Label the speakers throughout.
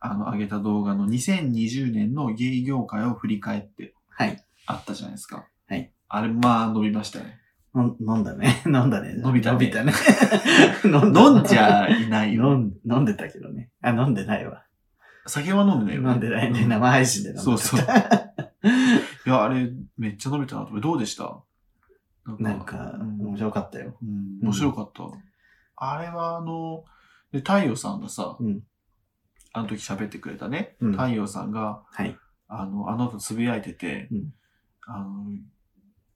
Speaker 1: あの、上げた動画の2020年のゲイ業界を振り返って
Speaker 2: はい。
Speaker 1: あったじゃないですか。
Speaker 2: はい。
Speaker 1: あれ、まあ、伸びました ね。
Speaker 2: の飲んだね。 飲んだね。
Speaker 1: 伸びたね
Speaker 2: 伸び たね。飲
Speaker 1: 飲んじゃいない
Speaker 2: 飲
Speaker 1: よ。
Speaker 2: ん飲んでたけどね。あ、飲んでないわ。
Speaker 1: 酒は飲んでないよ、ね。
Speaker 2: 飲んでないね。
Speaker 1: う
Speaker 2: 生配信で飲んで
Speaker 1: そ
Speaker 2: た。
Speaker 1: う そう。いや、あれ、めっちゃ伸びたなと思って。どうでしたなん
Speaker 2: なんか、面白かったよ。
Speaker 1: うん、面白かった。あれはあの、で、太陽さんがさ、
Speaker 2: うん
Speaker 1: あの時喋ってくれたね、
Speaker 2: うん
Speaker 1: 太陽さんが、
Speaker 2: はい
Speaker 1: あの、あなたつぶやいてて、
Speaker 2: うん
Speaker 1: あの、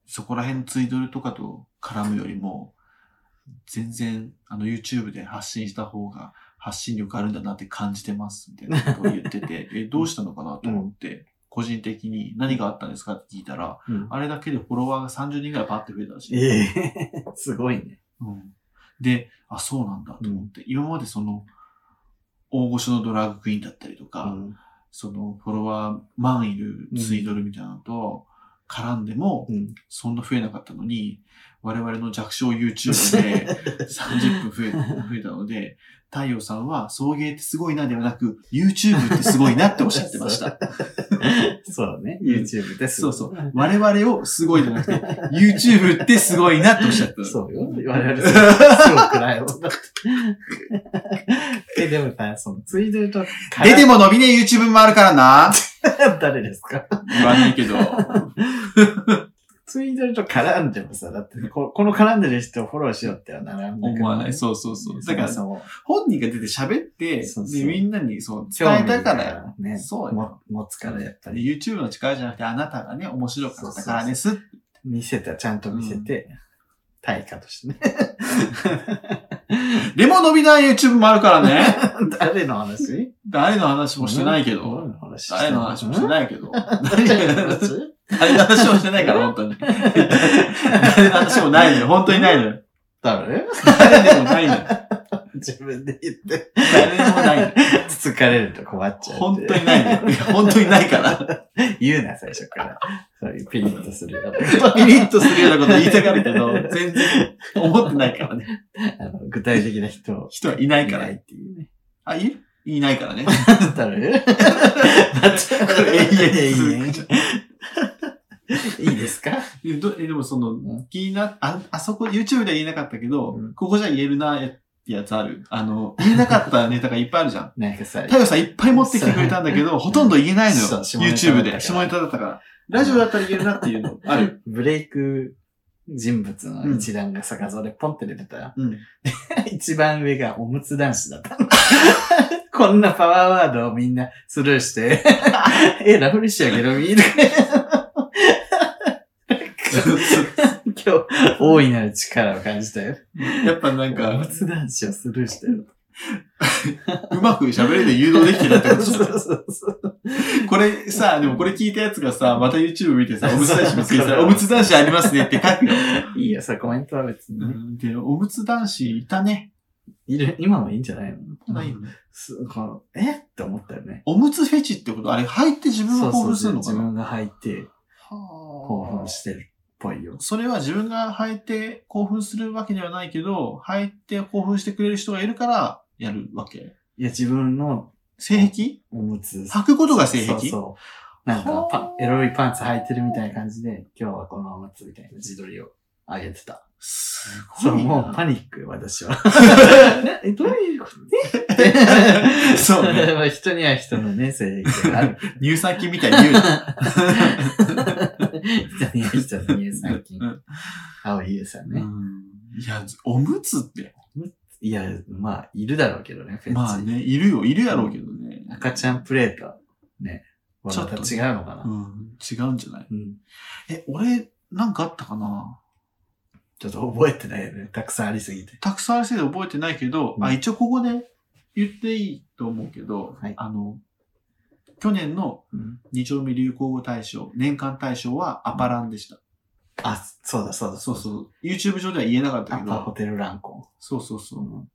Speaker 1: そこら辺のツイートとかと絡むよりも、全然、あの、YouTube で発信した方が発信力あるんだなって感じてます、みたいなことを言って て、え、どうしたのかなと思って、個人的に何があったんですかって聞いたら、
Speaker 2: うん
Speaker 1: あれだけでフォロワーが30人ぐらいパッて増えたらしい。
Speaker 2: ええ すごいね。
Speaker 1: うんで、あ、そうなんだと思って、今までその、大御所のドラッグクイーンだったりと
Speaker 2: う
Speaker 1: か、
Speaker 2: ん。
Speaker 1: そのフォロワー万いるツイードルみたいなのと絡んでも、
Speaker 2: うん。
Speaker 1: そんな増えなかったのに、我々の弱小 YouTube で 30分増え増えたので、太陽さんは送迎ってすごいなではなく、YouTube ってすごいなっておっしゃってました。
Speaker 2: そうね。YouTube です。
Speaker 1: そうそう。我々をすごいじゃなくて、YouTube ってすごいなっておっしゃってた。
Speaker 2: そうよ。我々すごくないもんだって。 え、でもさ、その、ツイートと絡
Speaker 1: 出て
Speaker 2: ん、
Speaker 1: も伸びねえ YouTube もあるからな。
Speaker 2: 誰ですか
Speaker 1: 言わないけ ど。
Speaker 2: ツイートと絡んでもさ、だってこ、この絡んでる人をフォローしようってはならんだ
Speaker 1: 思わない。
Speaker 2: う
Speaker 1: そうそうそう。だからさ、
Speaker 2: も
Speaker 1: 本人が出て喋って、
Speaker 2: そうそう
Speaker 1: で、みんなにそう
Speaker 2: そも
Speaker 1: 伝えたからよ。
Speaker 2: 興味がね、
Speaker 1: そうよ
Speaker 2: も持つからやっぱ
Speaker 1: で
Speaker 2: り、
Speaker 1: YouTube の力じゃなくて、あなたがね、面白かったからです。
Speaker 2: 見せた、ちゃんと見せて、対価としてね。
Speaker 1: でも伸びない YouTube もあるから ね。
Speaker 2: 誰の話
Speaker 1: 誰の話もしてないけ
Speaker 2: 誰
Speaker 1: ど。
Speaker 2: の話してん
Speaker 1: 誰の話もしてないけど。
Speaker 2: 誰の
Speaker 1: 誰
Speaker 2: 話
Speaker 1: の話もしてない から、本当に。誰の話もないのよ。本当にないのよ。
Speaker 2: 誰
Speaker 1: 誰でもないのよ。
Speaker 2: 自分で言って、
Speaker 1: 誰でもないのよ。
Speaker 2: つつかれると困っちゃう。
Speaker 1: 本当にないのよいや。本当にないから。
Speaker 2: 言うな、最初から。そういうピリッとする ような。
Speaker 1: ピリッとするようなこと言いたがるけど、全然思ってないからね。
Speaker 2: あの具体的な人を。
Speaker 1: 人はいない
Speaker 2: い
Speaker 1: か
Speaker 2: な
Speaker 1: ら
Speaker 2: い。っていうね。
Speaker 1: あ、いるいないからね。
Speaker 2: 誰だってこれ永 遠に続くいいですか
Speaker 1: えどえでもそ
Speaker 2: ん
Speaker 1: の、気にな、あ、あそこ YouTube では言えなかったけど、
Speaker 2: うん。
Speaker 1: ここじゃ言えるな、ややつある。あの、言えなかったネタがいっぱいあるじゃん
Speaker 2: なんか さ、
Speaker 1: 太陽さんいっぱい持ってきてくれたんだけど、ほとんど言えないのよ。
Speaker 2: そう下ネタだったから
Speaker 1: YouTube で。下ネタだったから。ラジオだったら言えるなっていう の。ある。
Speaker 2: ブレイク人物の一覧がさ、画像でポンって出てたら、
Speaker 1: うん。
Speaker 2: 一番上がおむつ男子だったの。 こんなパワーワードをみんなスルーして、 え、ラフリッシュやけどみんな今日、大いなる力を感じたよ。
Speaker 1: やっぱなん
Speaker 2: おむ
Speaker 1: か、
Speaker 2: つ男子をスルーしたよ。
Speaker 1: うまく喋れて誘導できてるってことじゃん
Speaker 2: そうそうそう。
Speaker 1: これさ、でもこれ聞いたやつがさ、また YouTube 見てさ、おむつ男子見つけて
Speaker 2: そう
Speaker 1: さ、おむつ男子ありますねって書くよ。
Speaker 2: いいよ、さ、コメントは別に
Speaker 1: う
Speaker 2: ね。
Speaker 1: んで、おむつ男子いたね。
Speaker 2: いる、今もいいんじゃないの
Speaker 1: ないよね
Speaker 2: すこのえって思ったよね。
Speaker 1: おむつフェチってことあれ、履いて自分が興奮するのか
Speaker 2: 自
Speaker 1: な
Speaker 2: 分が履いて興
Speaker 1: は
Speaker 2: 奮
Speaker 1: あ
Speaker 2: してるっぽいよ。
Speaker 1: それは自分が履いて興奮するわけではないけど、履いて興奮してくれる人がいるからやるわけ。
Speaker 2: いや、自分の
Speaker 1: 性癖
Speaker 2: おむつ。
Speaker 1: 履くことが性癖
Speaker 2: そうそう。なんかパ
Speaker 1: は、あ
Speaker 2: エロいパンツ履いてるみたいな感じで、今日はこのおむつみたいな自撮りを上げてた。
Speaker 1: す
Speaker 2: そう、
Speaker 1: ごい
Speaker 2: もう
Speaker 1: な。
Speaker 2: パニックよ、私 は。え、どういうこと
Speaker 1: そうね。
Speaker 2: ね。人には人のね、性癖がある。
Speaker 1: 乳酸菌みたいに言うな。
Speaker 2: 人には人の乳酸菌
Speaker 1: う。ん
Speaker 2: 青い優さん
Speaker 1: う
Speaker 2: ね。
Speaker 1: んいや、おむつって。
Speaker 2: いや、まあ、いるだろうけどね、フェチ。
Speaker 1: まあね、いるよ、いるやろうけどね。
Speaker 2: 赤ちゃんプレートはね、ま
Speaker 1: ちょったと
Speaker 2: 違うのかな、
Speaker 1: うん、違うんじゃない
Speaker 2: うん、
Speaker 1: え、俺、なんかあったかな
Speaker 2: ちょっと覚えてないよね。たくさんありすぎて。
Speaker 1: たくさんあるせいで覚えてないけど、
Speaker 2: うん
Speaker 1: あ、一応ここで言っていいと思うけど、
Speaker 2: はい
Speaker 1: あの、去年の
Speaker 2: うん
Speaker 1: 二丁目流行語大賞、年間大賞はアパランでした。
Speaker 2: あ、そうだそうだ
Speaker 1: そう
Speaker 2: う。
Speaker 1: そう。YouTube 上では言えなかった
Speaker 2: ア
Speaker 1: け
Speaker 2: パホ
Speaker 1: ど、
Speaker 2: テルランコ
Speaker 1: そうそうそう
Speaker 2: ン。
Speaker 1: う。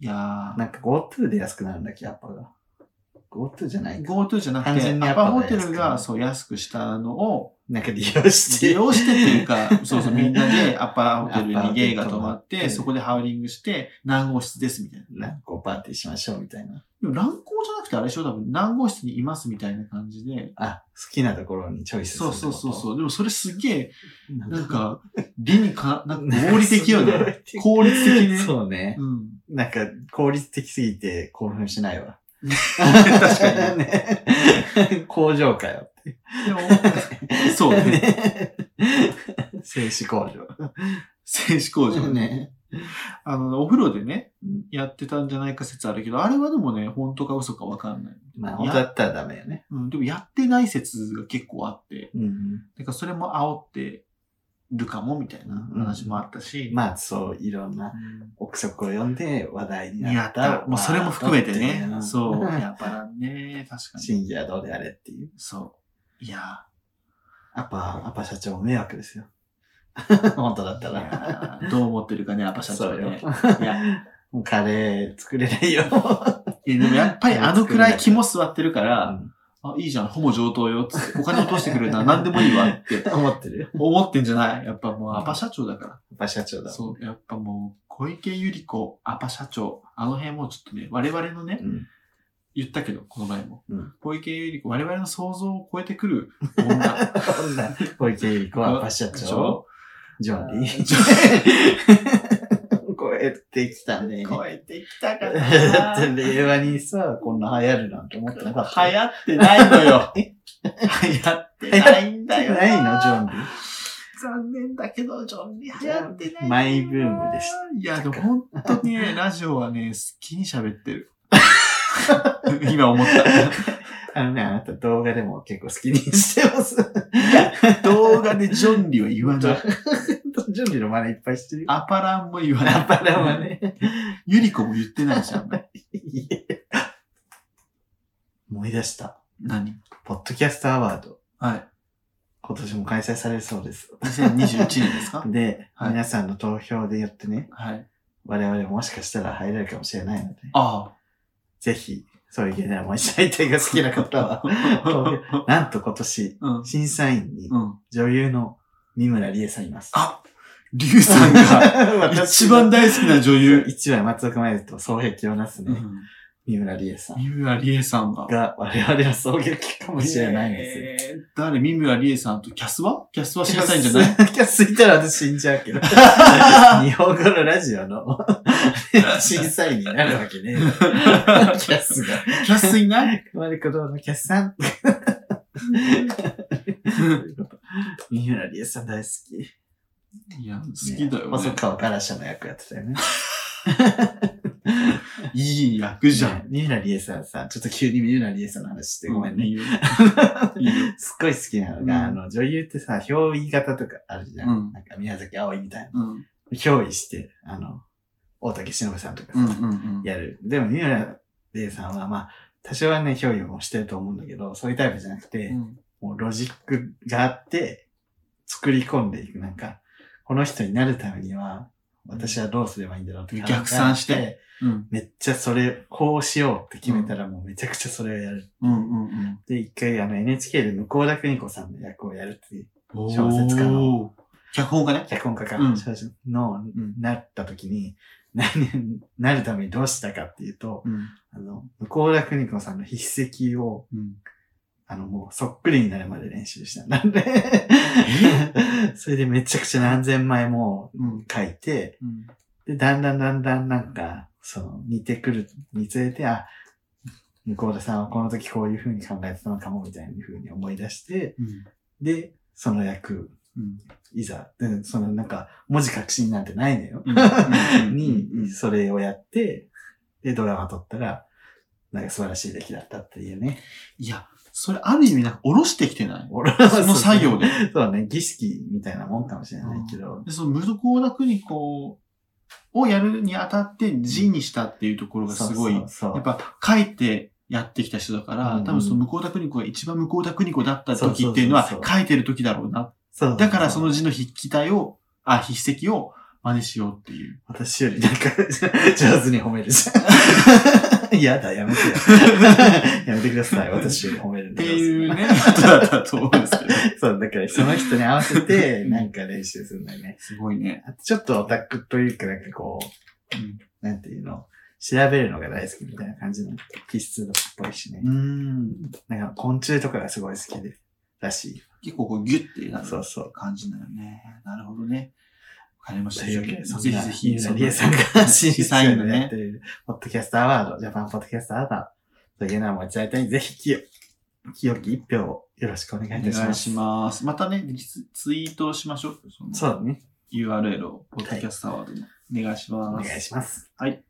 Speaker 1: いや
Speaker 2: なんか GoTo で安くなるんだっけ、アパが。 GoTo じゃないか。
Speaker 1: GoTo じゃなく
Speaker 2: 完
Speaker 1: て、
Speaker 2: 全に
Speaker 1: ア
Speaker 2: アパ
Speaker 1: パ
Speaker 2: ホ
Speaker 1: ホ
Speaker 2: テル
Speaker 1: テ
Speaker 2: が安く
Speaker 1: ルがそう安くしたのを
Speaker 2: なんか利用して。
Speaker 1: 利用してっていうか、そうそう、みんな でアパホテル
Speaker 2: アパ
Speaker 1: に
Speaker 2: ホテル
Speaker 1: ゲイが泊まっ
Speaker 2: うん
Speaker 1: て、そこでハウリングして、何号室ですみたいな。
Speaker 2: なんかこうパーティーしましょうみたいな。
Speaker 1: でも乱行じゃなくてあれでしょ多分何号室にいますみたいな感じで。
Speaker 2: あ、好きなところにチョイスする
Speaker 1: そうそうそう
Speaker 2: う。
Speaker 1: そう。でもそれすげえ、
Speaker 2: な
Speaker 1: なん
Speaker 2: んか、
Speaker 1: か、理にか、なんか合理的よ
Speaker 2: 合理
Speaker 1: ね。
Speaker 2: 的
Speaker 1: 効率的ね。
Speaker 2: そうね。
Speaker 1: うん。
Speaker 2: なんか、効率的すぎて興奮しないわ。
Speaker 1: 確かに。
Speaker 2: ね。 工場かよ。
Speaker 1: でも、そうね。
Speaker 2: ね。製紙工場。
Speaker 1: 選手工場ね。
Speaker 2: ね。
Speaker 1: あの、お風呂でね
Speaker 2: うん、
Speaker 1: やってたんじゃないか説あるけど、あれはでもね、本当か嘘かわかんない。
Speaker 2: まあ、本当だったらダメよね。
Speaker 1: うん、でもやってない説が結構あって、
Speaker 2: うん。
Speaker 1: だからそれも煽ってるかもみたいな話もあったし、
Speaker 2: まあ、そう、いろんな
Speaker 1: うん
Speaker 2: 憶測を読んで話題に
Speaker 1: や
Speaker 2: な
Speaker 1: っ
Speaker 2: った。
Speaker 1: た。もうそれも含めて
Speaker 2: まあだ
Speaker 1: ね
Speaker 2: っ。
Speaker 1: そう。
Speaker 2: ん
Speaker 1: やっぱらね、確かに。
Speaker 2: 真偽はどうであれっていう。
Speaker 1: そう。いや
Speaker 2: やっぱ、やっぱ社長迷惑ですよ。 本当だった
Speaker 1: ー、い
Speaker 2: ら。
Speaker 1: やーどう思ってるかね、やっぱ社長ね。
Speaker 2: そう
Speaker 1: い
Speaker 2: よ
Speaker 1: や、
Speaker 2: もうカレー作れないよ。
Speaker 1: いやでもやっぱりあのくらい肝据わってるか
Speaker 2: う
Speaker 1: ら、
Speaker 2: ん
Speaker 1: あ、いいじゃん、ほぼ上等よ、つって、お金落としてくれるなら何 でもいいわって
Speaker 2: 思ってるよ。や
Speaker 1: 思ってんじゃないやっぱもうアパ社長だか
Speaker 2: っぱ社長
Speaker 1: ら。
Speaker 2: だ。
Speaker 1: そう、やっぱもう、小池百合子、アパ社長、あの辺もちょっとね、我々のね
Speaker 2: う、ん。
Speaker 1: 言ったけど、この前も。
Speaker 2: うん
Speaker 1: 小池百合子、我々の想像を超えてくる 女。
Speaker 2: そんな、小池百合子はやっぱ社長、ジョンリー。
Speaker 1: ジ
Speaker 2: 超えてきたね。
Speaker 1: 超えてきたか
Speaker 2: だっ
Speaker 1: な
Speaker 2: て令和にさ、こんな流行るなんて思ってなかった。
Speaker 1: 流行ってないの よ。流行ってないんだよ。
Speaker 2: ないの、ジョンリー。
Speaker 1: 残念だけど、ジョンに流行ってない。
Speaker 2: マイブームでし。
Speaker 1: いや、でも本当に ね、ラジオはね、好きに喋ってる。 今思っ
Speaker 2: あのね、あなた動画でも結構好きにしてます。
Speaker 1: た。動画でジョンリは言わない。
Speaker 2: ジョンリーの真似いっぱいしてるよ。
Speaker 1: アパランも言わない。
Speaker 2: アパラは。ね。
Speaker 1: ユリコも言ってないじゃん。
Speaker 2: いや思い出した。
Speaker 1: 何
Speaker 2: ポッドキャストアワード。
Speaker 1: はい。
Speaker 2: 今年も開催されるそうです。
Speaker 1: 2021年ですか
Speaker 2: で、
Speaker 1: はい
Speaker 2: 皆さんの投票でよってね、
Speaker 1: はい。
Speaker 2: 我々もしかしたら入れるかもしれないので、
Speaker 1: あ
Speaker 2: ぜひ、そういう芸能もう一度体が好きな方は、
Speaker 1: あ。
Speaker 2: なんと今年、
Speaker 1: うん。
Speaker 2: 審査員に
Speaker 1: うん。
Speaker 2: 女優の三村理恵さんいます。
Speaker 1: あ、リュウさんが。 一番大好きな女優。
Speaker 2: 一番松岡茉優と双璧をなすね、
Speaker 1: うん
Speaker 2: 三村理恵さん
Speaker 1: 三村理恵さんが。
Speaker 2: が我々は双璧かもしれないんですよ。
Speaker 1: えー誰三村理恵さんとキャスはキャスは審査員じゃない
Speaker 2: キャスいたら私死んじゃう けど。日本語のラジオの審査員になるわけ ね。キャスが。
Speaker 1: キャスいない
Speaker 2: 生まれ子供のキャスさん。三浦理恵さん大好き。
Speaker 1: いや、好きだよ、
Speaker 2: ね細
Speaker 1: ね。
Speaker 2: 川ガラシャの役やってたよね。
Speaker 1: いい役じゃん。
Speaker 2: ね三浦理恵さんさ、ちょっと急に三浦理恵さんの話してごめんね。
Speaker 1: いいよ。いいよ。
Speaker 2: すっごい好きなのが、あの、女優ってさ、憑依型とかあるじゃん。
Speaker 1: うん
Speaker 2: なんか宮崎葵みたいな。
Speaker 1: うん。
Speaker 2: 憑依して、あの、大竹しのぶさんとかさ、
Speaker 1: うんうんうん。
Speaker 2: やる。でも、三浦礼さんは、まあ、多少はね、憑依もしてると思うんだけど、そういうタイプじゃなくて、
Speaker 1: うん
Speaker 2: もうロジックがあって、作り込んでいく。なんか、この人になるためには、私はどうすればいいんだろうって考え
Speaker 1: 逆算して。うん
Speaker 2: めっちゃそれ、こうしようって決めたらもうめちゃくちゃそれをやる。
Speaker 1: うんうんうん。
Speaker 2: で、一回あの NHK で向田邦子さんの役をやるっていう、小
Speaker 1: 小
Speaker 2: 説家の
Speaker 1: 脚本家ね。
Speaker 2: 脚本家か、
Speaker 1: うん
Speaker 2: 小説の、
Speaker 1: ん
Speaker 2: なった時に、 な、なるためにどうしたかっていうと、
Speaker 1: うん。
Speaker 2: あの、向田邦子さんの筆跡を、
Speaker 1: うん。
Speaker 2: あの、もうそっくりになるまで練習した。 なんで、 それでめちゃくちゃ何千枚も
Speaker 1: うん。
Speaker 2: 書いて、
Speaker 1: うん
Speaker 2: で、だんだんだんだんなんか、その、似てくるにつれて、あ、向田さんはこの時こういう風に考えてたのかも、みたいな風に思い出して、
Speaker 1: うん。
Speaker 2: で、その役、
Speaker 1: うん。
Speaker 2: いざ、でそのなんか、文字革新なんてないのよ。
Speaker 1: うん
Speaker 2: に、それをやって、で、ドラマ撮ったら、なんか素晴らしい出来だったっていうね。
Speaker 1: いや、それある意味なんか下ろしてきてない
Speaker 2: 俺
Speaker 1: その作業で。
Speaker 2: そうね、儀式みたいなもんかもしれないけど。
Speaker 1: で、その無毒大田国子をやるにあたって字にしたっていうところがすごい、
Speaker 2: そうそうそう
Speaker 1: やっぱ書いてやってきた人だから、
Speaker 2: うん
Speaker 1: 多分その向田邦子が一番向田邦子だった時っていうのは
Speaker 2: そうそうそう
Speaker 1: 書いてる時だろうな。
Speaker 2: そう
Speaker 1: だからその字の筆記体を、あ、筆跡 を真似しようっていう。
Speaker 2: 私よりなんか、上手に褒めるじゃん。 やだ、やめてよ。やめてください。私を褒めるん
Speaker 1: っ
Speaker 2: だ
Speaker 1: て
Speaker 2: から
Speaker 1: いうね、ことだったと思うんですけど。
Speaker 2: そう、だからその人に合わせて、なんか練習するんだよね。
Speaker 1: すごいね。
Speaker 2: あとちょっとオタクというか、なんかこ
Speaker 1: うん
Speaker 2: う、なんていうの、調べるのが大好きみたいな感じの気質っぽいしね。
Speaker 1: うん。
Speaker 2: なんか昆虫とかがすごい好きで、らしい。
Speaker 1: 結構こうギュッてなる
Speaker 2: そうそう。
Speaker 1: 感じなのね。なるほどね。わかりました。
Speaker 2: というわけで、そん
Speaker 1: ぜ
Speaker 2: な
Speaker 1: ひぜひ、
Speaker 2: 水
Speaker 1: そ
Speaker 2: 野
Speaker 1: の
Speaker 2: 理恵さんが発信
Speaker 1: 審
Speaker 2: した
Speaker 1: 査
Speaker 2: い
Speaker 1: 員の
Speaker 2: のやっ
Speaker 1: ね
Speaker 2: て、る、ポッドキャストアワード、ジャパンポッドキャストアワード、というのを伝えたいぜひ、清清き一票をよろしくお願いい
Speaker 1: お
Speaker 2: たし
Speaker 1: 願
Speaker 2: ま
Speaker 1: い
Speaker 2: す。
Speaker 1: します。またね、ツツイートしましょう。その
Speaker 2: そうだね。
Speaker 1: URL を、ポッドキャストアワードにお願いし
Speaker 2: お
Speaker 1: ます。
Speaker 2: 願いします。
Speaker 1: はい。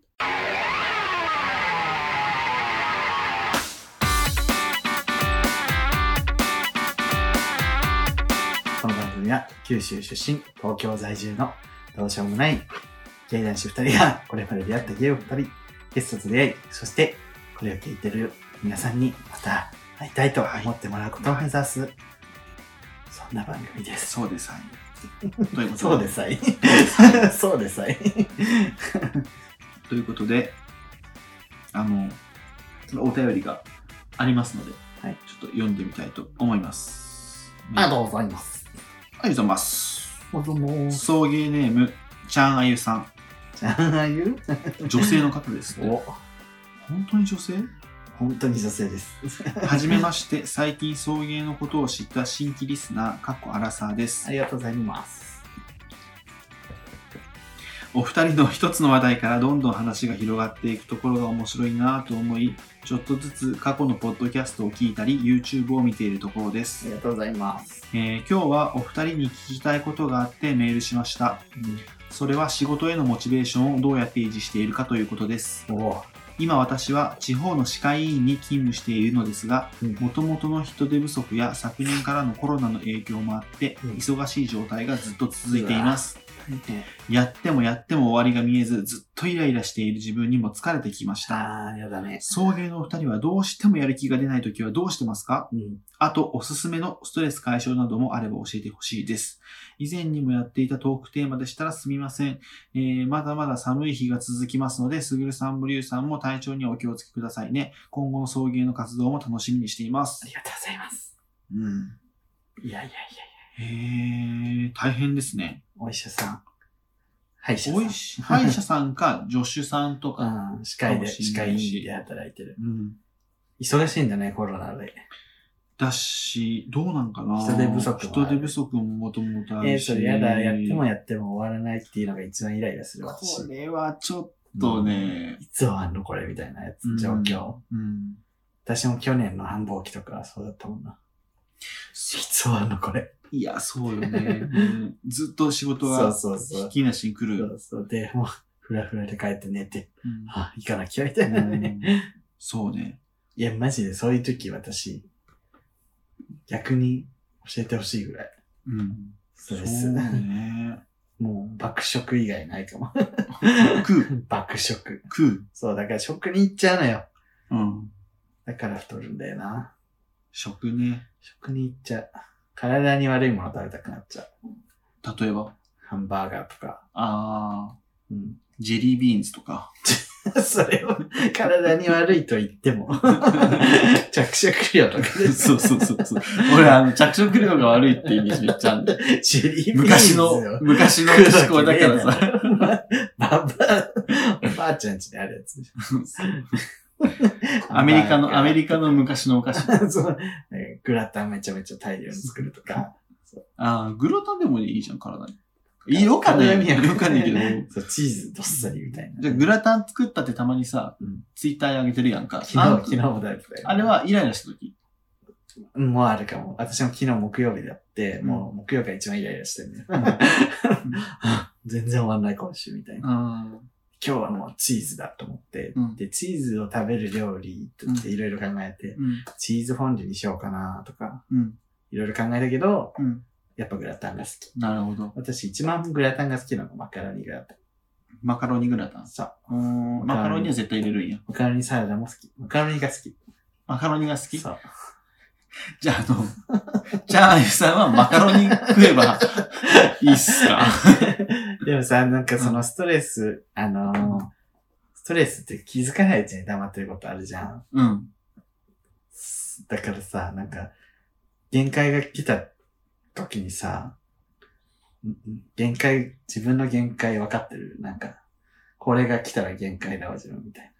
Speaker 2: この番組は九州出身、東京在住のどうしようもない芸男子2人がこれまで出会った芸を2人、ゲストと出会い、そしてこれを聞いてる皆さんにまた会いたいと思ってもらうことを目指す、そんな番組です。
Speaker 1: そうです。はい。ということで、
Speaker 2: そうでさい。そうでさい。
Speaker 1: ということで、あの、お便りがありますので、
Speaker 2: はい
Speaker 1: ちょっと読んでみたいと思います。
Speaker 2: ありが
Speaker 1: う
Speaker 2: とうございます。
Speaker 1: ありがとうございます。
Speaker 2: おども
Speaker 1: 送迎ネーム、ちゃんあゆさん。
Speaker 2: じゃあ言う
Speaker 1: 女性の方ですね。
Speaker 2: お、
Speaker 1: 本当に女性
Speaker 2: 本当に女性です。
Speaker 1: はじめまして、最近送迎のことを知った新規リスナー、かっこアラサーです
Speaker 2: あ。りがとうございます。
Speaker 1: お二人の一つの話題からどんどん話が広がっていくところが面白いなぁと思い、ちょっとずつ過去のポッドキャストを聞いたり、YouTube を見ているところで
Speaker 2: あり
Speaker 1: す。
Speaker 2: がとうございます。
Speaker 1: えー今日はお二人に聞きたいことがあってメールしました。それは仕事へのモチベーションをどうやって維持しているかということです。
Speaker 2: おお、
Speaker 1: 今私は地方の歯科医院に勤務しているのですが、
Speaker 2: うん
Speaker 1: もともとの人手不足や昨年からのコロナの影響もあって、
Speaker 2: うん
Speaker 1: 忙しい状態がずっと続いています。
Speaker 2: 大変。
Speaker 1: やってもやっても終わりが見えず、ずっとイライラしている自分にも疲れてきました。
Speaker 2: ああ、やだね。
Speaker 1: 送迎のお二人はどうしてもやる気が出ないときはどうしてますか
Speaker 2: うん。
Speaker 1: あと、おすすめのストレス解消などもあれば教えてほしいです。以前にもやっていたトークテーマでしたらすみません。えーまだまだ寒い日が続きますので、すぐるさんもりゅうさんも体調にお気をつけくださいね。今後の送迎の活動も楽しみにしていま
Speaker 2: あ
Speaker 1: す
Speaker 2: り。がとうございます。
Speaker 1: うん。
Speaker 2: いやいやいや、
Speaker 1: へえ、大変ですね。
Speaker 2: お医者さん。歯医者さ
Speaker 1: お
Speaker 2: ん。
Speaker 1: いし、歯医者さんか助手さんとか。
Speaker 2: うん、歯科医
Speaker 1: かも
Speaker 2: で、
Speaker 1: し
Speaker 2: 歯
Speaker 1: んな
Speaker 2: 科
Speaker 1: いし
Speaker 2: 医で働いてる。
Speaker 1: うん
Speaker 2: 忙しいんだね、コロナで。
Speaker 1: だし、どうなんかな
Speaker 2: 人手不足も
Speaker 1: 人
Speaker 2: ある
Speaker 1: 手不足ももともとあ
Speaker 2: え
Speaker 1: る
Speaker 2: ー、
Speaker 1: し。
Speaker 2: それやだ、やってもやっても終わらないっていうのが一番イライラする
Speaker 1: こ
Speaker 2: 私。
Speaker 1: れはちょっとね、
Speaker 2: いつ終わんのこれみたいなやつ、状況。
Speaker 1: うん。
Speaker 2: 私も去年の繁忙期とかそうだったもんな。いつ終わんのこれ。
Speaker 1: いや、そうよ ね。うんずっと仕事
Speaker 2: そう
Speaker 1: が
Speaker 2: そうそ
Speaker 1: 引
Speaker 2: う。
Speaker 1: きなしに来
Speaker 2: そ
Speaker 1: る。
Speaker 2: うそう。で、もう、ふらふらで帰って寝て、
Speaker 1: うん
Speaker 2: あ、行かなきゃみたいな
Speaker 1: う
Speaker 2: ね。
Speaker 1: んそうね。
Speaker 2: いや、マジでそういう時私、逆に教えてほしいぐらい。
Speaker 1: うん。
Speaker 2: そ
Speaker 1: そうう
Speaker 2: です。
Speaker 1: ね。
Speaker 2: もう、爆食以外ないかも。
Speaker 1: 食う、
Speaker 2: 爆食。
Speaker 1: 食う。
Speaker 2: そう、だから食に行っちゃうのよ。
Speaker 1: うん。
Speaker 2: だから太るんだよな。
Speaker 1: 食ね。
Speaker 2: 食に行っちゃう。体に悪いもの食べたくなっちゃう。
Speaker 1: 例えば、
Speaker 2: ハンバーガーとか。
Speaker 1: あ
Speaker 2: うん。
Speaker 1: ージェリービーンズとか。
Speaker 2: それを、体に悪いと言っても、 着色料とかです。
Speaker 1: そうそうそうそう。俺、あの、着色料が悪いってイメージめっちゃあんだよ
Speaker 2: ジェリービーンズ
Speaker 1: 昔
Speaker 2: を
Speaker 1: の、昔の
Speaker 2: 食う
Speaker 1: 思考
Speaker 2: わ
Speaker 1: だ
Speaker 2: け
Speaker 1: か
Speaker 2: ね
Speaker 1: ら
Speaker 2: えだろ
Speaker 1: さ。
Speaker 2: ばばあ、おばあちゃん家にあるやつでしょ。
Speaker 1: アメリカの、アメ
Speaker 2: リ
Speaker 1: リカの昔のお菓子。あ
Speaker 2: カ。そう。なんかグラタンめちゃめちゃ大量に作るとか。
Speaker 1: あー、グラタンでもいいじゃん、体に。色かね色かねけど。
Speaker 2: そう、チーズどっさりみたいな。
Speaker 1: じゃあグラタン作ったってたまにさ、
Speaker 2: うん
Speaker 1: ツイッターに上げてるやんか。
Speaker 2: 昨日、
Speaker 1: あん
Speaker 2: 昨日も大丈夫だよ。
Speaker 1: あれはイライラした時。
Speaker 2: うんもうあるかも。私も昨日木曜日だって、
Speaker 1: うん
Speaker 2: もう木曜日が一番イライラしてるね。
Speaker 1: うん
Speaker 2: 全然終わんない今週みたいな。
Speaker 1: あ
Speaker 2: 今日はもうチーズだと思って、
Speaker 1: うん
Speaker 2: で、チーズを食べる料理っていろいろ考えて、
Speaker 1: うん。
Speaker 2: チーズフォンデュにしようかなとか、
Speaker 1: うん。
Speaker 2: いろいろ考えたけど、
Speaker 1: うん。
Speaker 2: やっぱグラタンが好き。
Speaker 1: なるほど。
Speaker 2: 私一番グラタンが好きなのがマカロニグラタン。
Speaker 1: マカロニグラタン。
Speaker 2: さ
Speaker 1: うーん。マカロニは絶対入れるんや。
Speaker 2: マカロニサラダも好き。マカロニが好き。
Speaker 1: マカロニが好き
Speaker 2: そう。
Speaker 1: じゃあ、あの、チャーンユさんはマカロニ食えばいいっすか
Speaker 2: でもさ、なんかそのストレス、あのー、スストレスって気づかないうちに溜まってることあるじゃん。
Speaker 1: うん。
Speaker 2: だからさ、なんか、限界が来た時にさ、んん限界、自分の限界分かってるなんか、これが来たら限界だわ、自分みたい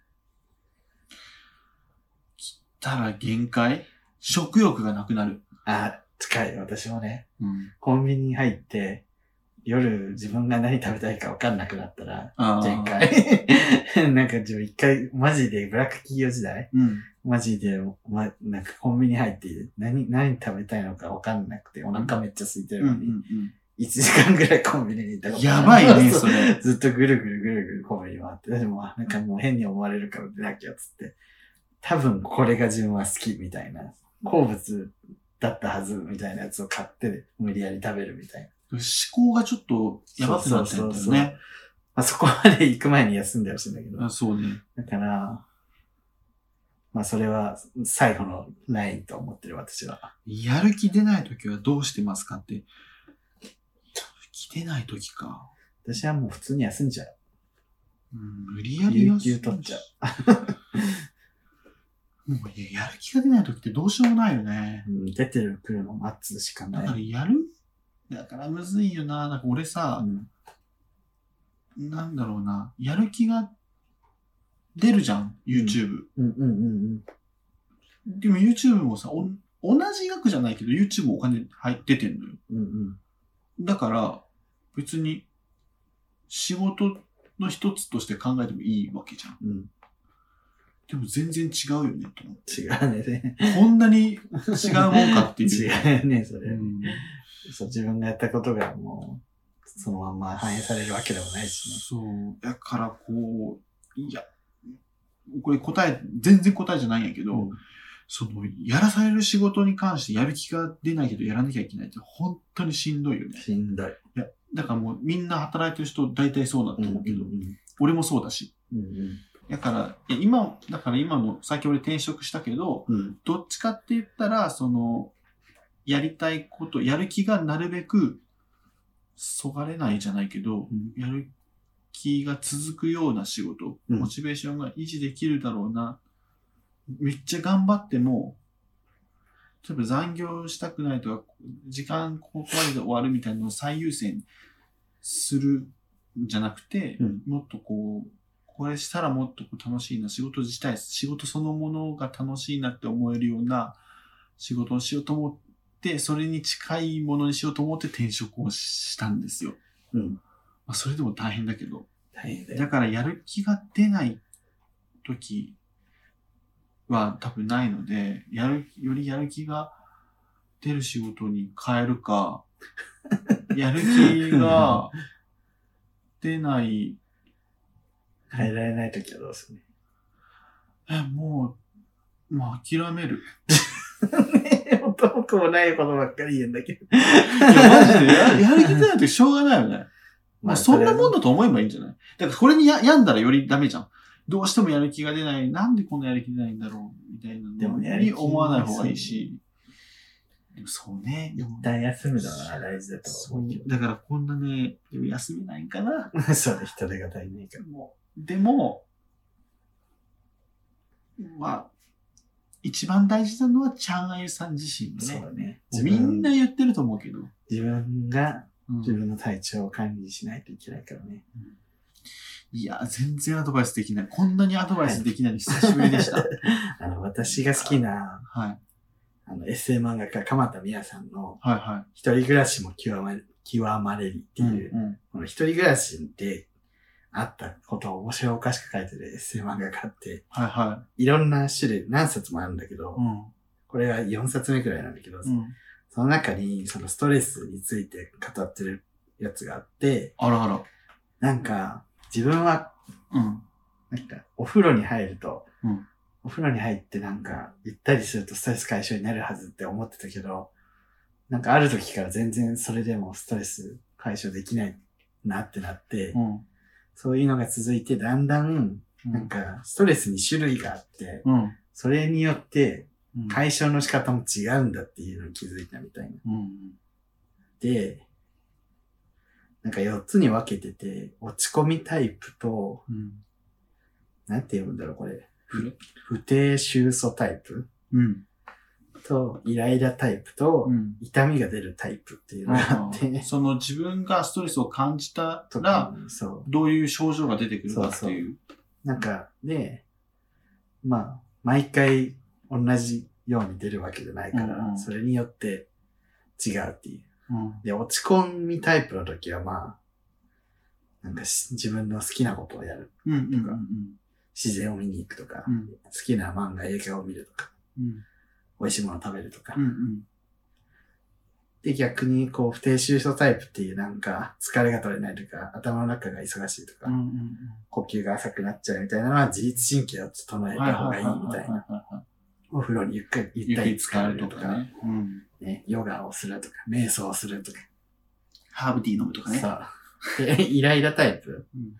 Speaker 1: たら限界食欲がなくなる。
Speaker 2: な。あ、近い、私もね。
Speaker 1: うん。
Speaker 2: コンビニに入って、夜自分が何食べたいか分かんなくなったら、
Speaker 1: あー
Speaker 2: 限。界。 なんか自分一回、マジでブラック企業時代
Speaker 1: うん。
Speaker 2: マジで、ま、なんかコンビニ入って、何、何食べたいのか分かんなくて、お腹めっちゃ空いて
Speaker 1: う
Speaker 2: る
Speaker 1: んう
Speaker 2: の
Speaker 1: ん
Speaker 2: に、1時間ぐらいコンビニにいた
Speaker 1: う
Speaker 2: こ
Speaker 1: ん。
Speaker 2: とあ
Speaker 1: や
Speaker 2: る
Speaker 1: ばい ね、
Speaker 2: そう
Speaker 1: それ。
Speaker 2: ずっとぐるぐるぐるぐるコンビニ回って、でもあなんかもう変に思われるから出なきゃっつって、多分これが自分は好きみたいな、好物だったはずみたいなやつを買って、無理やり食べるみたいな。
Speaker 1: 思考がちょっとやばくなってるんだよね。
Speaker 2: まあ、そこまで行く前に休んでほしいんだけど。
Speaker 1: あそうね。
Speaker 2: だから、まあそれは最後のラインと思ってる私は。
Speaker 1: やる気出ないときはどうしてますかって。やる気出ないときか。
Speaker 2: 私はもう普通に休んじゃう。
Speaker 1: うん、無理やり休
Speaker 2: 有給取っちゃ
Speaker 1: う。 もういややる気が出ないときってどうしようもないよね
Speaker 2: う。ん、出てる来るの待つしか
Speaker 1: だから
Speaker 2: ない。
Speaker 1: やる、だからむずいよな。なんか俺
Speaker 2: う
Speaker 1: さ、
Speaker 2: ん、
Speaker 1: なんだろうな。やる気が出るじゃん、YouTube。
Speaker 2: うん、うん、うん
Speaker 1: でも YouTube もさ、おん同じ額じゃないけど YouTube もお金入っててんのよ。
Speaker 2: うん、うん、
Speaker 1: だから、別に仕事の一つとして考えてもいいわけじゃん。
Speaker 2: うん、うん。
Speaker 1: でも全然違うよねと思って。
Speaker 2: 違うね。
Speaker 1: こんなに違うもんかっていう。
Speaker 2: 違うね、それ、
Speaker 1: うん
Speaker 2: そう。自分がやったことがもう、そのまんま反映されるわけでもないしね。
Speaker 1: そう。だからこう、いや、これ答え、全然答えじゃないんやけど、
Speaker 2: うん
Speaker 1: その、やらされる仕事に関してやる気が出ないけどやらなきゃいけないって本当にしんどいよね。
Speaker 2: しんどい。
Speaker 1: だからもうみんな働いてる人大体そうだと思うけど、
Speaker 2: うん
Speaker 1: 俺もそうだし。
Speaker 2: うん
Speaker 1: だから、え今、だから今の、さっき俺転職したけど、
Speaker 2: うん
Speaker 1: どっちかって言ったら、その、やりたいこと、やる気がなるべく、そがれないじゃないけど、
Speaker 2: う
Speaker 1: やる気が続くような仕事、
Speaker 2: うん
Speaker 1: モチベーションが維持できるだろうな。めっちゃ頑張っても、例えば残業したくないとか、時間ここまでで終わるみたいなのを最優先するんじゃなくて、
Speaker 2: うん
Speaker 1: もっとこう、これしたらもっとこう楽しいな、仕事自体、仕事そのものが楽しいなって思えるような仕事をしようと思って、それに近いものにしようと思って転職をしたんですよ。
Speaker 2: うん。うん。
Speaker 1: まあ、それでも大変だけど。
Speaker 2: 大変だよ。
Speaker 1: だからやる気が出ない時は多分ないので、やる、よりやる気が出る仕事に変えるか、やる気が出ない、
Speaker 2: 変えられないときはどうする
Speaker 1: え、もう、まあ諦める。
Speaker 2: ね。 男もないことばっかり言うんだけど。
Speaker 1: いや、マジで ややる気出ない時しょうがないよね。まあそんなもん
Speaker 2: だ。
Speaker 1: だと思えばいいんじゃないだからこれにや病んだらよりダメじゃん。どうしてもやる気が出ない。なんでこんなやる気出ないんだろうみたいな
Speaker 2: でもや
Speaker 1: の
Speaker 2: る気
Speaker 1: に思わない方がいいし。でもそうね。でも
Speaker 2: 一旦休むのは大事だと
Speaker 1: そ
Speaker 2: 思うけ
Speaker 1: うだからこんなね、でも休めないんか な。
Speaker 2: ど。そう、人手が足りないから。
Speaker 1: もうでも、まあ、一番大事なのはチャンアユさん自身
Speaker 2: そう
Speaker 1: ね。
Speaker 2: だね。
Speaker 1: みんな
Speaker 2: 自
Speaker 1: 言
Speaker 2: 分
Speaker 1: ってると思うけど。
Speaker 2: 自分が
Speaker 1: うん
Speaker 2: 自分の体調を管理しないといけないからね。
Speaker 1: いや、全然アドバイスできない。こんなにアドバイスできないの久しぶりで した。
Speaker 2: あの、私が好きな、
Speaker 1: はい。
Speaker 2: あの、エッセイ漫画家、鎌田美也さんの、
Speaker 1: はいは
Speaker 2: 一人暮らしも極まれ、極まれりって
Speaker 1: い。
Speaker 2: いう、
Speaker 1: うん
Speaker 2: この一人暮らしであったことを面白おかしく書いてるエッセイ漫画家って、
Speaker 1: はいはい
Speaker 2: ろんな種類、何冊もあるんだけど
Speaker 1: い。う、ん。
Speaker 2: これは4冊目くらいなんだけど、
Speaker 1: うん。
Speaker 2: その中に、そのストレスについて語ってるやつがあって、
Speaker 1: あらあら。
Speaker 2: なんか、自分は
Speaker 1: うん。
Speaker 2: なんか、お風呂に入ると、
Speaker 1: うん
Speaker 2: お風呂に入ってなんか、ゆったりするとストレス解消になるはずって思ってたけど、なんかある時から全然それでもストレス解消できないなってなって、
Speaker 1: うん。
Speaker 2: そういうのが続いて、だんだん、
Speaker 1: う
Speaker 2: なん
Speaker 1: ん。
Speaker 2: か、ストレスに種類があって、
Speaker 1: うん。
Speaker 2: それによって
Speaker 1: うん。
Speaker 2: 解消の仕方も違うんだっていうのに気づいたみたいな。
Speaker 1: うん。
Speaker 2: で、なんか4つに分けてて、落ち込みタイプと、
Speaker 1: うん。
Speaker 2: なんて読むんだろう、これ。
Speaker 1: フル
Speaker 2: 不定収素タイプ
Speaker 1: うん。
Speaker 2: と、イライラタイプと、
Speaker 1: ん。
Speaker 2: 痛みが出るタイプっていうの があって、
Speaker 1: その自分がストレスを感じた
Speaker 2: と
Speaker 1: ら、
Speaker 2: か、そう。
Speaker 1: どういう症状が出てくるかっていう。
Speaker 2: なんか、で、まあ、毎回同じように出るわけじゃないから、
Speaker 1: うんうん
Speaker 2: それによって違うっていう。
Speaker 1: うん
Speaker 2: で、落ち込みタイプの時はまあ、なんかし自分の好きなことをやる。
Speaker 1: うんうん
Speaker 2: とか自然を見に行くとか、
Speaker 1: うん
Speaker 2: 好きな漫画、映画を見るとか、
Speaker 1: うん
Speaker 2: 美味しいものを食べるとか。
Speaker 1: うんうん
Speaker 2: で、逆にこう、不定収穫タイプっていうなんか、疲れが取れないとか、頭の中が忙しいとか、
Speaker 1: うんうん
Speaker 2: 呼吸が浅くなっちゃうみたいなのは自律神経を整
Speaker 1: は
Speaker 2: え
Speaker 1: い
Speaker 2: た
Speaker 1: は
Speaker 2: 方がい
Speaker 1: い
Speaker 2: い
Speaker 1: はい
Speaker 2: み
Speaker 1: は
Speaker 2: た
Speaker 1: い
Speaker 2: いな。
Speaker 1: は
Speaker 2: お風呂にゆっくり、
Speaker 1: い。ゆ
Speaker 2: ゆ
Speaker 1: っ
Speaker 2: っ
Speaker 1: たく
Speaker 2: り
Speaker 1: り
Speaker 2: 浸か
Speaker 1: 使
Speaker 2: る
Speaker 1: うと
Speaker 2: と
Speaker 1: か
Speaker 2: か、
Speaker 1: ね。うん
Speaker 2: ね、ヨガをするとか、瞑想をするとか、
Speaker 1: ハーブティー飲むとかね。
Speaker 2: さあ。で、イライラタイプ。
Speaker 1: うん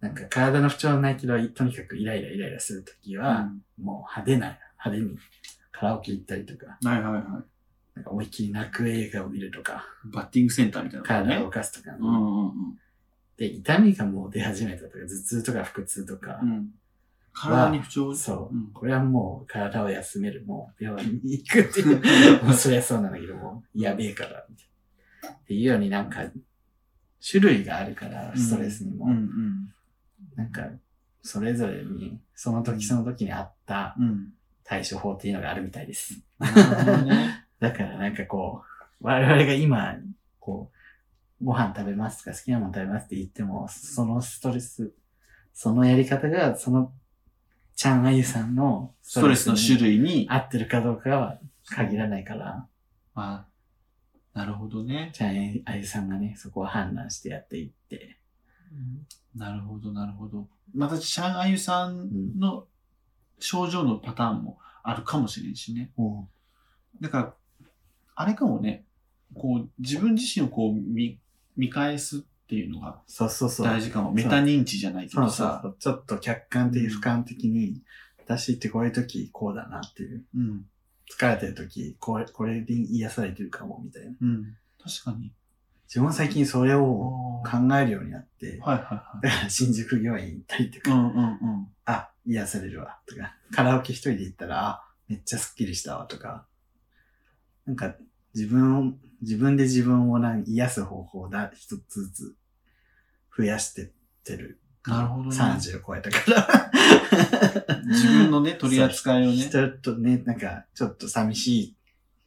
Speaker 2: なんか体の不調はないけど、とにかくイライライライラするときは、もう派手な、派手にカラオケ行ったりとか、
Speaker 1: うんはいはいはい。
Speaker 2: なんか思いっきり泣く映画を見るとか、
Speaker 1: バッティングセンターみたいなこと
Speaker 2: 体
Speaker 1: ね
Speaker 2: を動。かすとか、
Speaker 1: うんうん
Speaker 2: で、痛みがもう出始めたとか、頭痛とか腹痛とか
Speaker 1: う、んうん。体に不調
Speaker 2: そう、
Speaker 1: ん
Speaker 2: これはもう体を休める、もう病院に行くって いう、もうそりゃそうなんだけども、やべえから、みたいなっていうようになんか、種類があるから、ストレスにも、
Speaker 1: うんうん
Speaker 2: なんか、それぞれに、その時その時に合った
Speaker 1: うん。
Speaker 2: 対処法っていうのがあるみたいです。
Speaker 1: なるほどね。
Speaker 2: だからなんかこう、我々が今、こう、ご飯食べますとか好きなもの食べますって言っても、そのストレス、そのやり方が、その、ちゃんあゆさんの
Speaker 1: ストレスの種
Speaker 2: に
Speaker 1: 類に。
Speaker 2: 合ってるかどうかは限らないから、
Speaker 1: あなるほどね。
Speaker 2: ちゃんあゆさんがね、そこは判断してやっていって、
Speaker 1: なるほど、なるほど。また、シャンアユさんの症状のパターンもあるかもしれんしね。だから、あれかもね、こう、自分自身をこう見、見返すっていうのが
Speaker 2: そうそうそう。
Speaker 1: 大事かも。メタ認知じゃないけ
Speaker 2: そ
Speaker 1: ど
Speaker 2: うそう
Speaker 1: さ。
Speaker 2: そう。ちょっと客観的、
Speaker 1: うん
Speaker 2: 俯瞰的に、私ってこういう時こうだなっていう。
Speaker 1: うん。
Speaker 2: 疲れてる時、これ、これで癒されてるかも、みたいな。
Speaker 1: うん。確かに。
Speaker 2: 自分は最近それを
Speaker 1: あ
Speaker 2: 考えるようになっ
Speaker 1: ー、
Speaker 2: て
Speaker 1: はいはい
Speaker 2: だから新宿御苑行ったりと
Speaker 1: はい。う
Speaker 2: か、
Speaker 1: んうんうん。
Speaker 2: あ、癒されるわ、とか、カラオケ一人で行ったら、あ、めっちゃスッキリしたわ、とか、なんか、自分を、自分で自分をなん癒す方法だ、一つずつ増やしてってる。
Speaker 1: なるほどね
Speaker 2: 30超えたから。
Speaker 1: 自分のね、取り扱いをね。
Speaker 2: ちょっとね、なんか、ちょっと寂しい。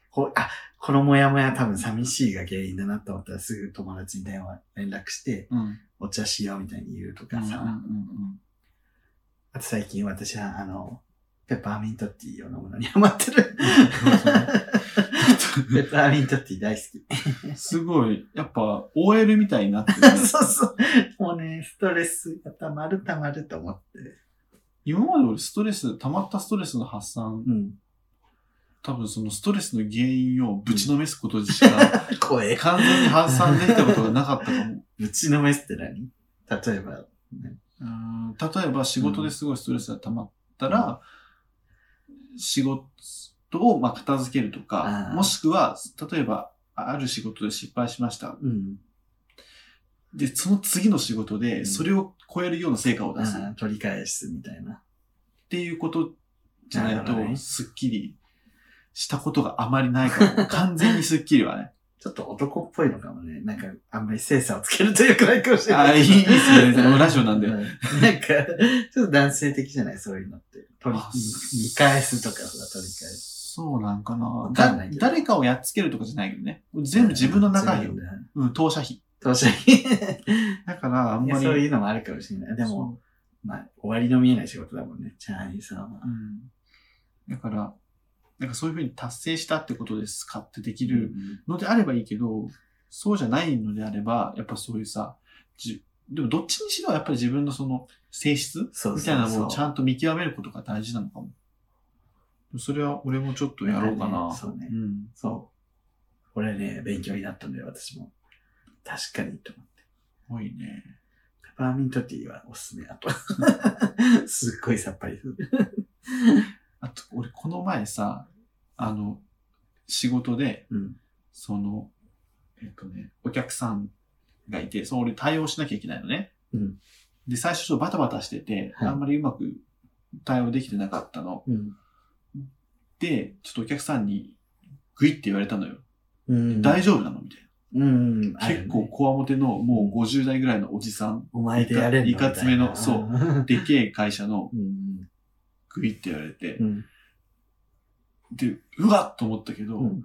Speaker 2: こあ、このモヤモヤ多分寂しいが原因だなと思ったらすぐ友達に電話、連絡して、
Speaker 1: うん。うん
Speaker 2: お茶しようみたいに言うと
Speaker 1: うん
Speaker 2: かさ。あと最近私は、あの、ペッパーミントティーを飲むのにハマってる。
Speaker 1: うんう
Speaker 2: ペ
Speaker 1: ん
Speaker 2: ッパーミントティー大好き。
Speaker 1: すごい、やっぱ OL みたいになってる ね
Speaker 2: そうそう。もうね、ストレスが溜まる溜まると思って。
Speaker 1: 今まで俺ストレス、溜まったストレスの発散、
Speaker 2: うん。
Speaker 1: 多分そのストレスの原因をぶちのめすことしか、
Speaker 2: 声。
Speaker 1: 完全に発散できた ことがなかったかも。
Speaker 2: ぶちのめすって何例えば、ね
Speaker 1: うん例えば仕事ですごいストレスが溜まったら、仕事をまあ片付けるとか
Speaker 2: あ、ー
Speaker 1: もしくは、例えば、ある仕事で失敗しました。
Speaker 2: うん。
Speaker 1: で、その次の仕事
Speaker 2: う
Speaker 1: で、
Speaker 2: ん
Speaker 1: それを超えるような成果を出す。
Speaker 2: あー取り返すみたいな。
Speaker 1: っていうことじゃない
Speaker 2: なるほどね
Speaker 1: と、すっきりしたことがあまりない から、完全にすっきりはね。
Speaker 2: ちょっと男っぽいのかもね。なんか、あんまり精査をつけるというくらいかもしれな
Speaker 1: あ
Speaker 2: い。
Speaker 1: ーいいいいっすねラジオなんで
Speaker 2: うなんか、ちょっと男性的じゃないそういうのって。取り
Speaker 1: あ、
Speaker 2: 見返すとかさ、取り返す。
Speaker 1: そうなんかな
Speaker 2: わ。か
Speaker 1: だ
Speaker 2: んないけど
Speaker 1: 誰かをやっつけるとかじゃないけどね。全部自分の中よ
Speaker 2: 自。分の
Speaker 1: うん、当社費。
Speaker 2: 投資い
Speaker 1: だから、あん
Speaker 2: や
Speaker 1: まり。
Speaker 2: そういうのもあるかもしれない。でも、
Speaker 1: そ
Speaker 2: まあ、終わりの見えない仕事だもんね。チャーリーさんは。
Speaker 1: う、うん。だから、なんかそういうふうに達成したってことですかってできるのであればいいけど、そうじゃないのであれば、やっぱそういうさ、じでもどっちにしろやっぱり自分のその性質
Speaker 2: そうそうそう
Speaker 1: みたいなものをちゃんと見極めることが大事なのかも。それは俺もちょっとやろうかな。
Speaker 2: そうね。
Speaker 1: ん。
Speaker 2: そう。これね、勉強になったんだよ、私も。確かに、と思って。
Speaker 1: 多いね。
Speaker 2: ペパーミントティーはおすす めだと。すっごいさっぱりする。
Speaker 1: あと、俺この前さ、あの、仕事で、
Speaker 2: うん。
Speaker 1: その、えっとね、お客さんがいて、その俺対応しなきゃいけないのね。
Speaker 2: うん
Speaker 1: で、最初ちょっとバタバタしてて、
Speaker 2: はい
Speaker 1: あんまりうまく対応できてなかったの。
Speaker 2: うん。
Speaker 1: で、ちょっとお客さんに、グイって言われたのよ。
Speaker 2: うん
Speaker 1: 大丈夫なのみたい
Speaker 2: うん。
Speaker 1: な。
Speaker 2: あるね
Speaker 1: 結構、こわもての、もう50代ぐらいのおじさん、
Speaker 2: お前でやれん
Speaker 1: いかつめのそう
Speaker 2: う。
Speaker 1: でけえ会社の、
Speaker 2: うん。
Speaker 1: グイって言われて
Speaker 2: う、ん。
Speaker 1: で、うわっと思ったけど、
Speaker 2: うん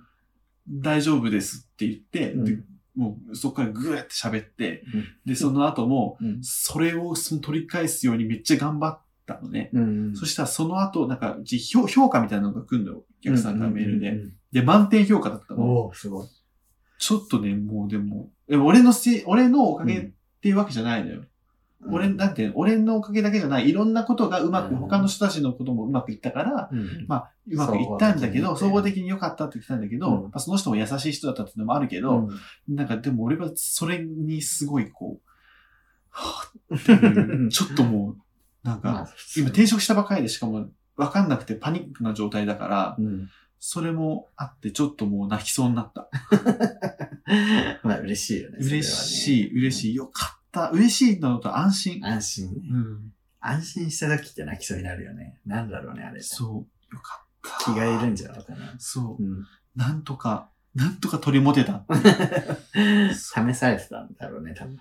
Speaker 1: 大丈夫ですって言って、
Speaker 2: うん
Speaker 1: でもうそこからグーって喋って、で、その後も、
Speaker 2: うん
Speaker 1: それをその取り返すようにめっちゃ頑張ったのね。
Speaker 2: うん。
Speaker 1: そしたらその後、なんか、じ評評価みたいなのが来るのよ。お客さんからメールで。
Speaker 2: うんうんうん
Speaker 1: で、満点評価だった
Speaker 2: うん。
Speaker 1: の。
Speaker 2: おおすごい。
Speaker 1: ちょっとね、もうでも、でも俺のせい、俺のおかげっていうわけじゃないのよ。俺、なんていうの、俺のおかげだけじゃない、いろんなことがうまく、
Speaker 2: うん
Speaker 1: 他の人たちのこともうまくいったから、
Speaker 2: うん、
Speaker 1: まあ、うまくいったんだけど、
Speaker 2: 総
Speaker 1: 総
Speaker 2: 合
Speaker 1: 合
Speaker 2: 的
Speaker 1: 的に良かったって言ってたんだけど、
Speaker 2: うん
Speaker 1: やっぱその人も優しい人だったっていうのもあるけど、
Speaker 2: うん
Speaker 1: なんかでも俺はそれにすごいこう、はぁって いう、ちょっともう、なん
Speaker 2: ま
Speaker 1: か、
Speaker 2: あ、
Speaker 1: 今転職したばかりでしかもわかんなくてパニックな状態だから、
Speaker 2: うん、
Speaker 1: それもあってちょっともう泣きそうになった。
Speaker 2: まあ嬉しいよね。
Speaker 1: 嬉
Speaker 2: い。
Speaker 1: しい、嬉しい、よかった。嬉しいなのと安心。
Speaker 2: 安心ね。
Speaker 1: うん。
Speaker 2: 安心した時って泣きそうになるよね。なんだろうね、あれ。
Speaker 1: そう、よかった。
Speaker 2: 気がいるんじゃないかな。
Speaker 1: そう う、なんとか、なんとか取り持てた。
Speaker 2: ん。試されてたんだろうね、多分。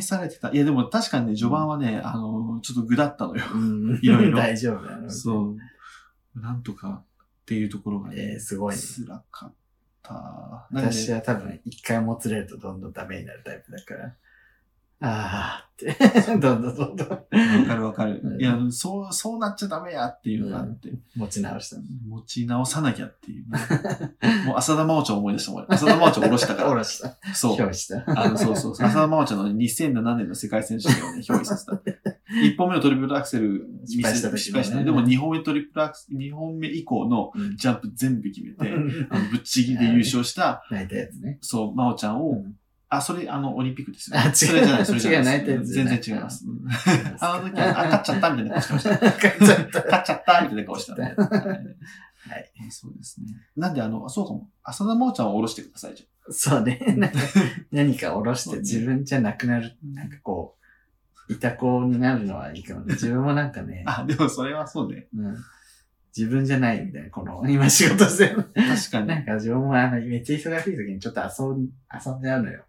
Speaker 1: 試されてた。いやでも確かにね、序盤はね、あの、ちょっと具だったのよ。
Speaker 2: うん
Speaker 1: いろいろ
Speaker 2: 大丈夫だろう。
Speaker 1: そう。なんとかっていうところが
Speaker 2: え
Speaker 1: ね
Speaker 2: ー、、すごいね。
Speaker 1: 辛かった。なんか
Speaker 2: 私
Speaker 1: ね、
Speaker 2: は多分、一回もつれるとどんどんダメになるタイプだから。あーって、 どんどんどんどん
Speaker 1: わかるわかる
Speaker 2: う。ん
Speaker 1: いや、そう、そうなっちゃダメやっていうのがあって、
Speaker 2: 持ち直したの。
Speaker 1: 持ち直さなきゃっていう ね、もう浅田真央ちゃん思い出したもん。浅田真央ちゃん下ろしたか
Speaker 2: お
Speaker 1: ら。
Speaker 2: ろした。
Speaker 1: そ
Speaker 2: ひょ
Speaker 1: う。
Speaker 2: うした。
Speaker 1: あの、そうそうそう。浅田真央ちゃんの2007年の世界選手権をね、表 意させた。1本目のトリプルアクセル見せ
Speaker 2: 失敗した時もね
Speaker 1: 失敗した。でも2本目トリプルアクセル、2本目以降の
Speaker 2: うん
Speaker 1: ジャンプ全部決めて、あのぶっちぎりで優勝した、
Speaker 2: 泣いたやつね。
Speaker 1: そう、真央ちゃんを
Speaker 2: うん
Speaker 1: あ、それ、あの、オリンピックですよ、
Speaker 2: あ違う
Speaker 1: それじゃない、それじゃない。
Speaker 2: 違う泣いてるやつじゃ
Speaker 1: 全
Speaker 2: ない
Speaker 1: 然違います。うんあの時は、あ、勝っちゃったみたいな顔してま した。
Speaker 2: 買っちゃった。
Speaker 1: 勝っちゃったみたいな顔してたね。は。
Speaker 2: はい
Speaker 1: そうですね。なんで、あの、そうかも。浅田真央ちゃんを下ろしてください、じゃ
Speaker 2: そうね。 なんか何か下ろして自分じゃなくなる。
Speaker 1: あ
Speaker 2: なんかこう、いた子になるのはいいかもね。自分もなんかね、
Speaker 1: あ、でもそれはそうね。
Speaker 2: うん、自分じゃないみたいな、この、今仕事してる。
Speaker 1: 確かに。
Speaker 2: なんか自分もあのめっちゃ忙しい時にちょっと遊ん遊んじゃうのよ。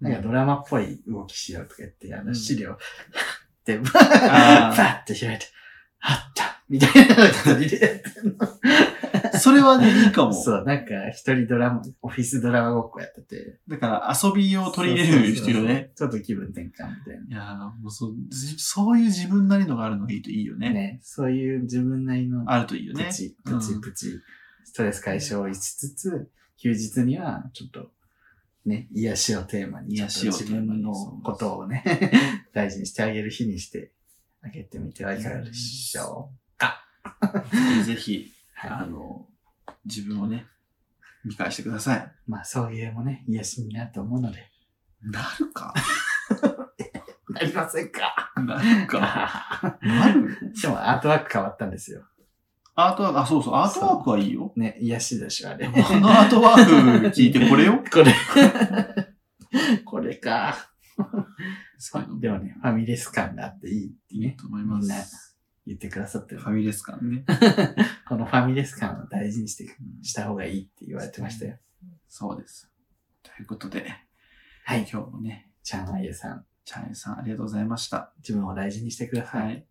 Speaker 2: なんかドラマっぽい動きしようとか言って、あ
Speaker 1: う
Speaker 2: の
Speaker 1: ん
Speaker 2: 資料、 で、ば
Speaker 1: あー
Speaker 2: ーって開いて、あったみたいな感じでやってんの。
Speaker 1: それはね、いいかも。
Speaker 2: そう、なんか一人ドラマ、オフィスドラマごっこやってて。
Speaker 1: だから、遊びを取り入れる人よね。
Speaker 2: そうそうそう。ちょっと気分転換みたい
Speaker 1: いやーもうそう、じそういう自分なりのがあるのがいいといいよ
Speaker 2: な。
Speaker 1: ね。
Speaker 2: ね。そういう自分なりの
Speaker 1: あるといいよ
Speaker 2: プ
Speaker 1: ね。
Speaker 2: チ、
Speaker 1: う
Speaker 2: プ
Speaker 1: ん
Speaker 2: チプチ、ストレス解消をしつつ、休日にはちょっと、ね、癒しをテーマに、
Speaker 1: 癒しを
Speaker 2: ちょっ
Speaker 1: テ
Speaker 2: と
Speaker 1: ー
Speaker 2: 自
Speaker 1: マ
Speaker 2: 分
Speaker 1: に
Speaker 2: のことをね、 大事にしてあげる日にしてあげてみてはいかがでしょう。
Speaker 1: ぜひ、あ
Speaker 2: はい。
Speaker 1: の、自分をね、見返してください。
Speaker 2: まあ、そういうもね、癒しになると思うので、
Speaker 1: なるか
Speaker 2: なりません か
Speaker 1: なるかなる
Speaker 2: でも、アートワーク変わったんですよ。
Speaker 1: アートワーク、あ、そうそう、アートワークはいいよ。
Speaker 2: ね、癒しでしょ、あれ。
Speaker 1: あのアートワーク聞いてこれ よ。
Speaker 2: これ。これか。でもね、ファミレス感があっていいって
Speaker 1: いい
Speaker 2: ね、
Speaker 1: と思いま
Speaker 2: みんな
Speaker 1: す。
Speaker 2: 言ってくださってる
Speaker 1: フ。ァミレス感 ね。
Speaker 2: このファミレス感を大事にして、した方がいいって言われてましたよ。
Speaker 1: そうです。ということで、
Speaker 2: はい。
Speaker 1: 今日もね、
Speaker 2: ちゃんまゆさん、
Speaker 1: チャンエンさんありがとうございました。
Speaker 2: 自分を大事にしてくださ。
Speaker 1: はいい。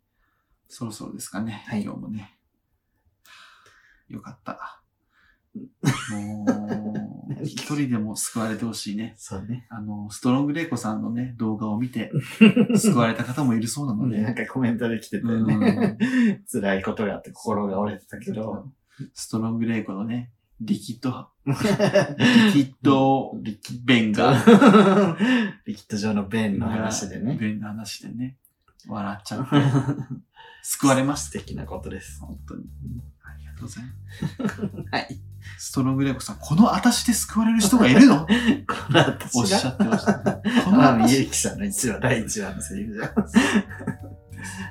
Speaker 1: そろそろですかね。
Speaker 2: はい
Speaker 1: 今日もね。よかった。も う、一人でも救われてほしいね。
Speaker 2: そうね。
Speaker 1: あの、ストロングレイコさんのね、動画を見 て、救われた方もいるそうなの
Speaker 2: なん
Speaker 1: で、
Speaker 2: かコメントで来てたよね。
Speaker 1: う
Speaker 2: 辛いことがあって心が折れてたけど、
Speaker 1: ストロングレイコのね、リキッド、リキ
Speaker 2: リ
Speaker 1: ッド
Speaker 2: リキッ
Speaker 1: 弁
Speaker 2: ド
Speaker 1: が、、
Speaker 2: リキッド上の弁の話でね。
Speaker 1: 弁の話でね、笑っちゃって、救われまし
Speaker 2: 素敵なことです
Speaker 1: た、。本当に。ありがとうございま
Speaker 2: はい。
Speaker 1: す。ストロングレイコさん、この私で救われる人がいる の
Speaker 2: この
Speaker 1: おっ
Speaker 2: 私
Speaker 1: しゃ
Speaker 2: が、
Speaker 1: ってました。この
Speaker 2: 天海
Speaker 1: 私
Speaker 2: 祐希さんの一話、第一話のセリフじゃん。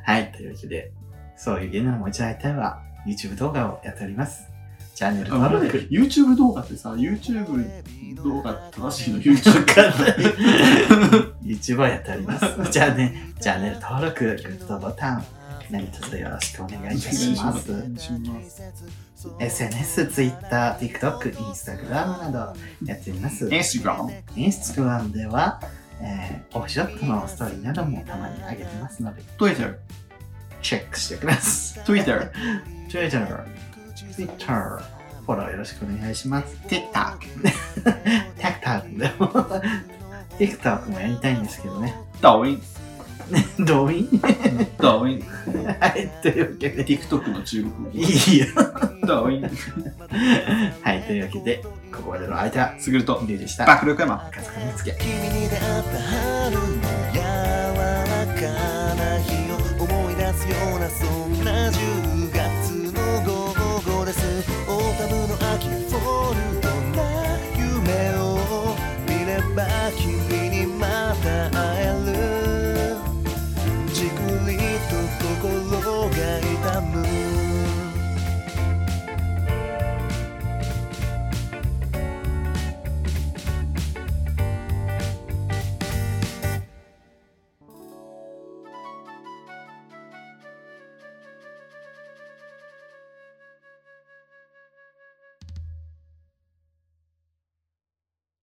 Speaker 2: はい、というわけで、そういう芸能もいただいたいは、YouTube 動画をやっております。チャンネル
Speaker 1: あ
Speaker 2: 登
Speaker 1: 俺ら
Speaker 2: 録。
Speaker 1: YouTube 動画ってさ、YouTube 動画正しいの YouTube か
Speaker 2: YouTuber やっており ます。じゃあね、チャンネル登録、グッドボタン、何卒よろしくお願いいたします。
Speaker 1: します。
Speaker 2: SNS、Twitter、TikTok、Instagram などやっています。
Speaker 1: Instagram。
Speaker 2: Instagram では、えーオフショットのストーリーなどもたまに上げてますので、
Speaker 1: Twitter。
Speaker 2: チェックしてください。
Speaker 1: Twitter。
Speaker 2: Twitter、Twitter、フォローよろしくお願いします。
Speaker 1: TikTok。
Speaker 2: TikTok でも、TikTok もやりたいんですけどね。
Speaker 1: 動員。
Speaker 2: 動員
Speaker 1: 動員。
Speaker 2: はい、というわけで、
Speaker 1: TikTok の中国
Speaker 2: い
Speaker 1: 語。
Speaker 2: いよ。
Speaker 1: 動員。
Speaker 2: はい、というわけで、ここまでの相手は、
Speaker 1: すぐると、
Speaker 2: リュウでした。
Speaker 1: 爆力山。
Speaker 2: カツカツつけ。
Speaker 3: 君に出会った春の柔らかな日を思い出すようなそんな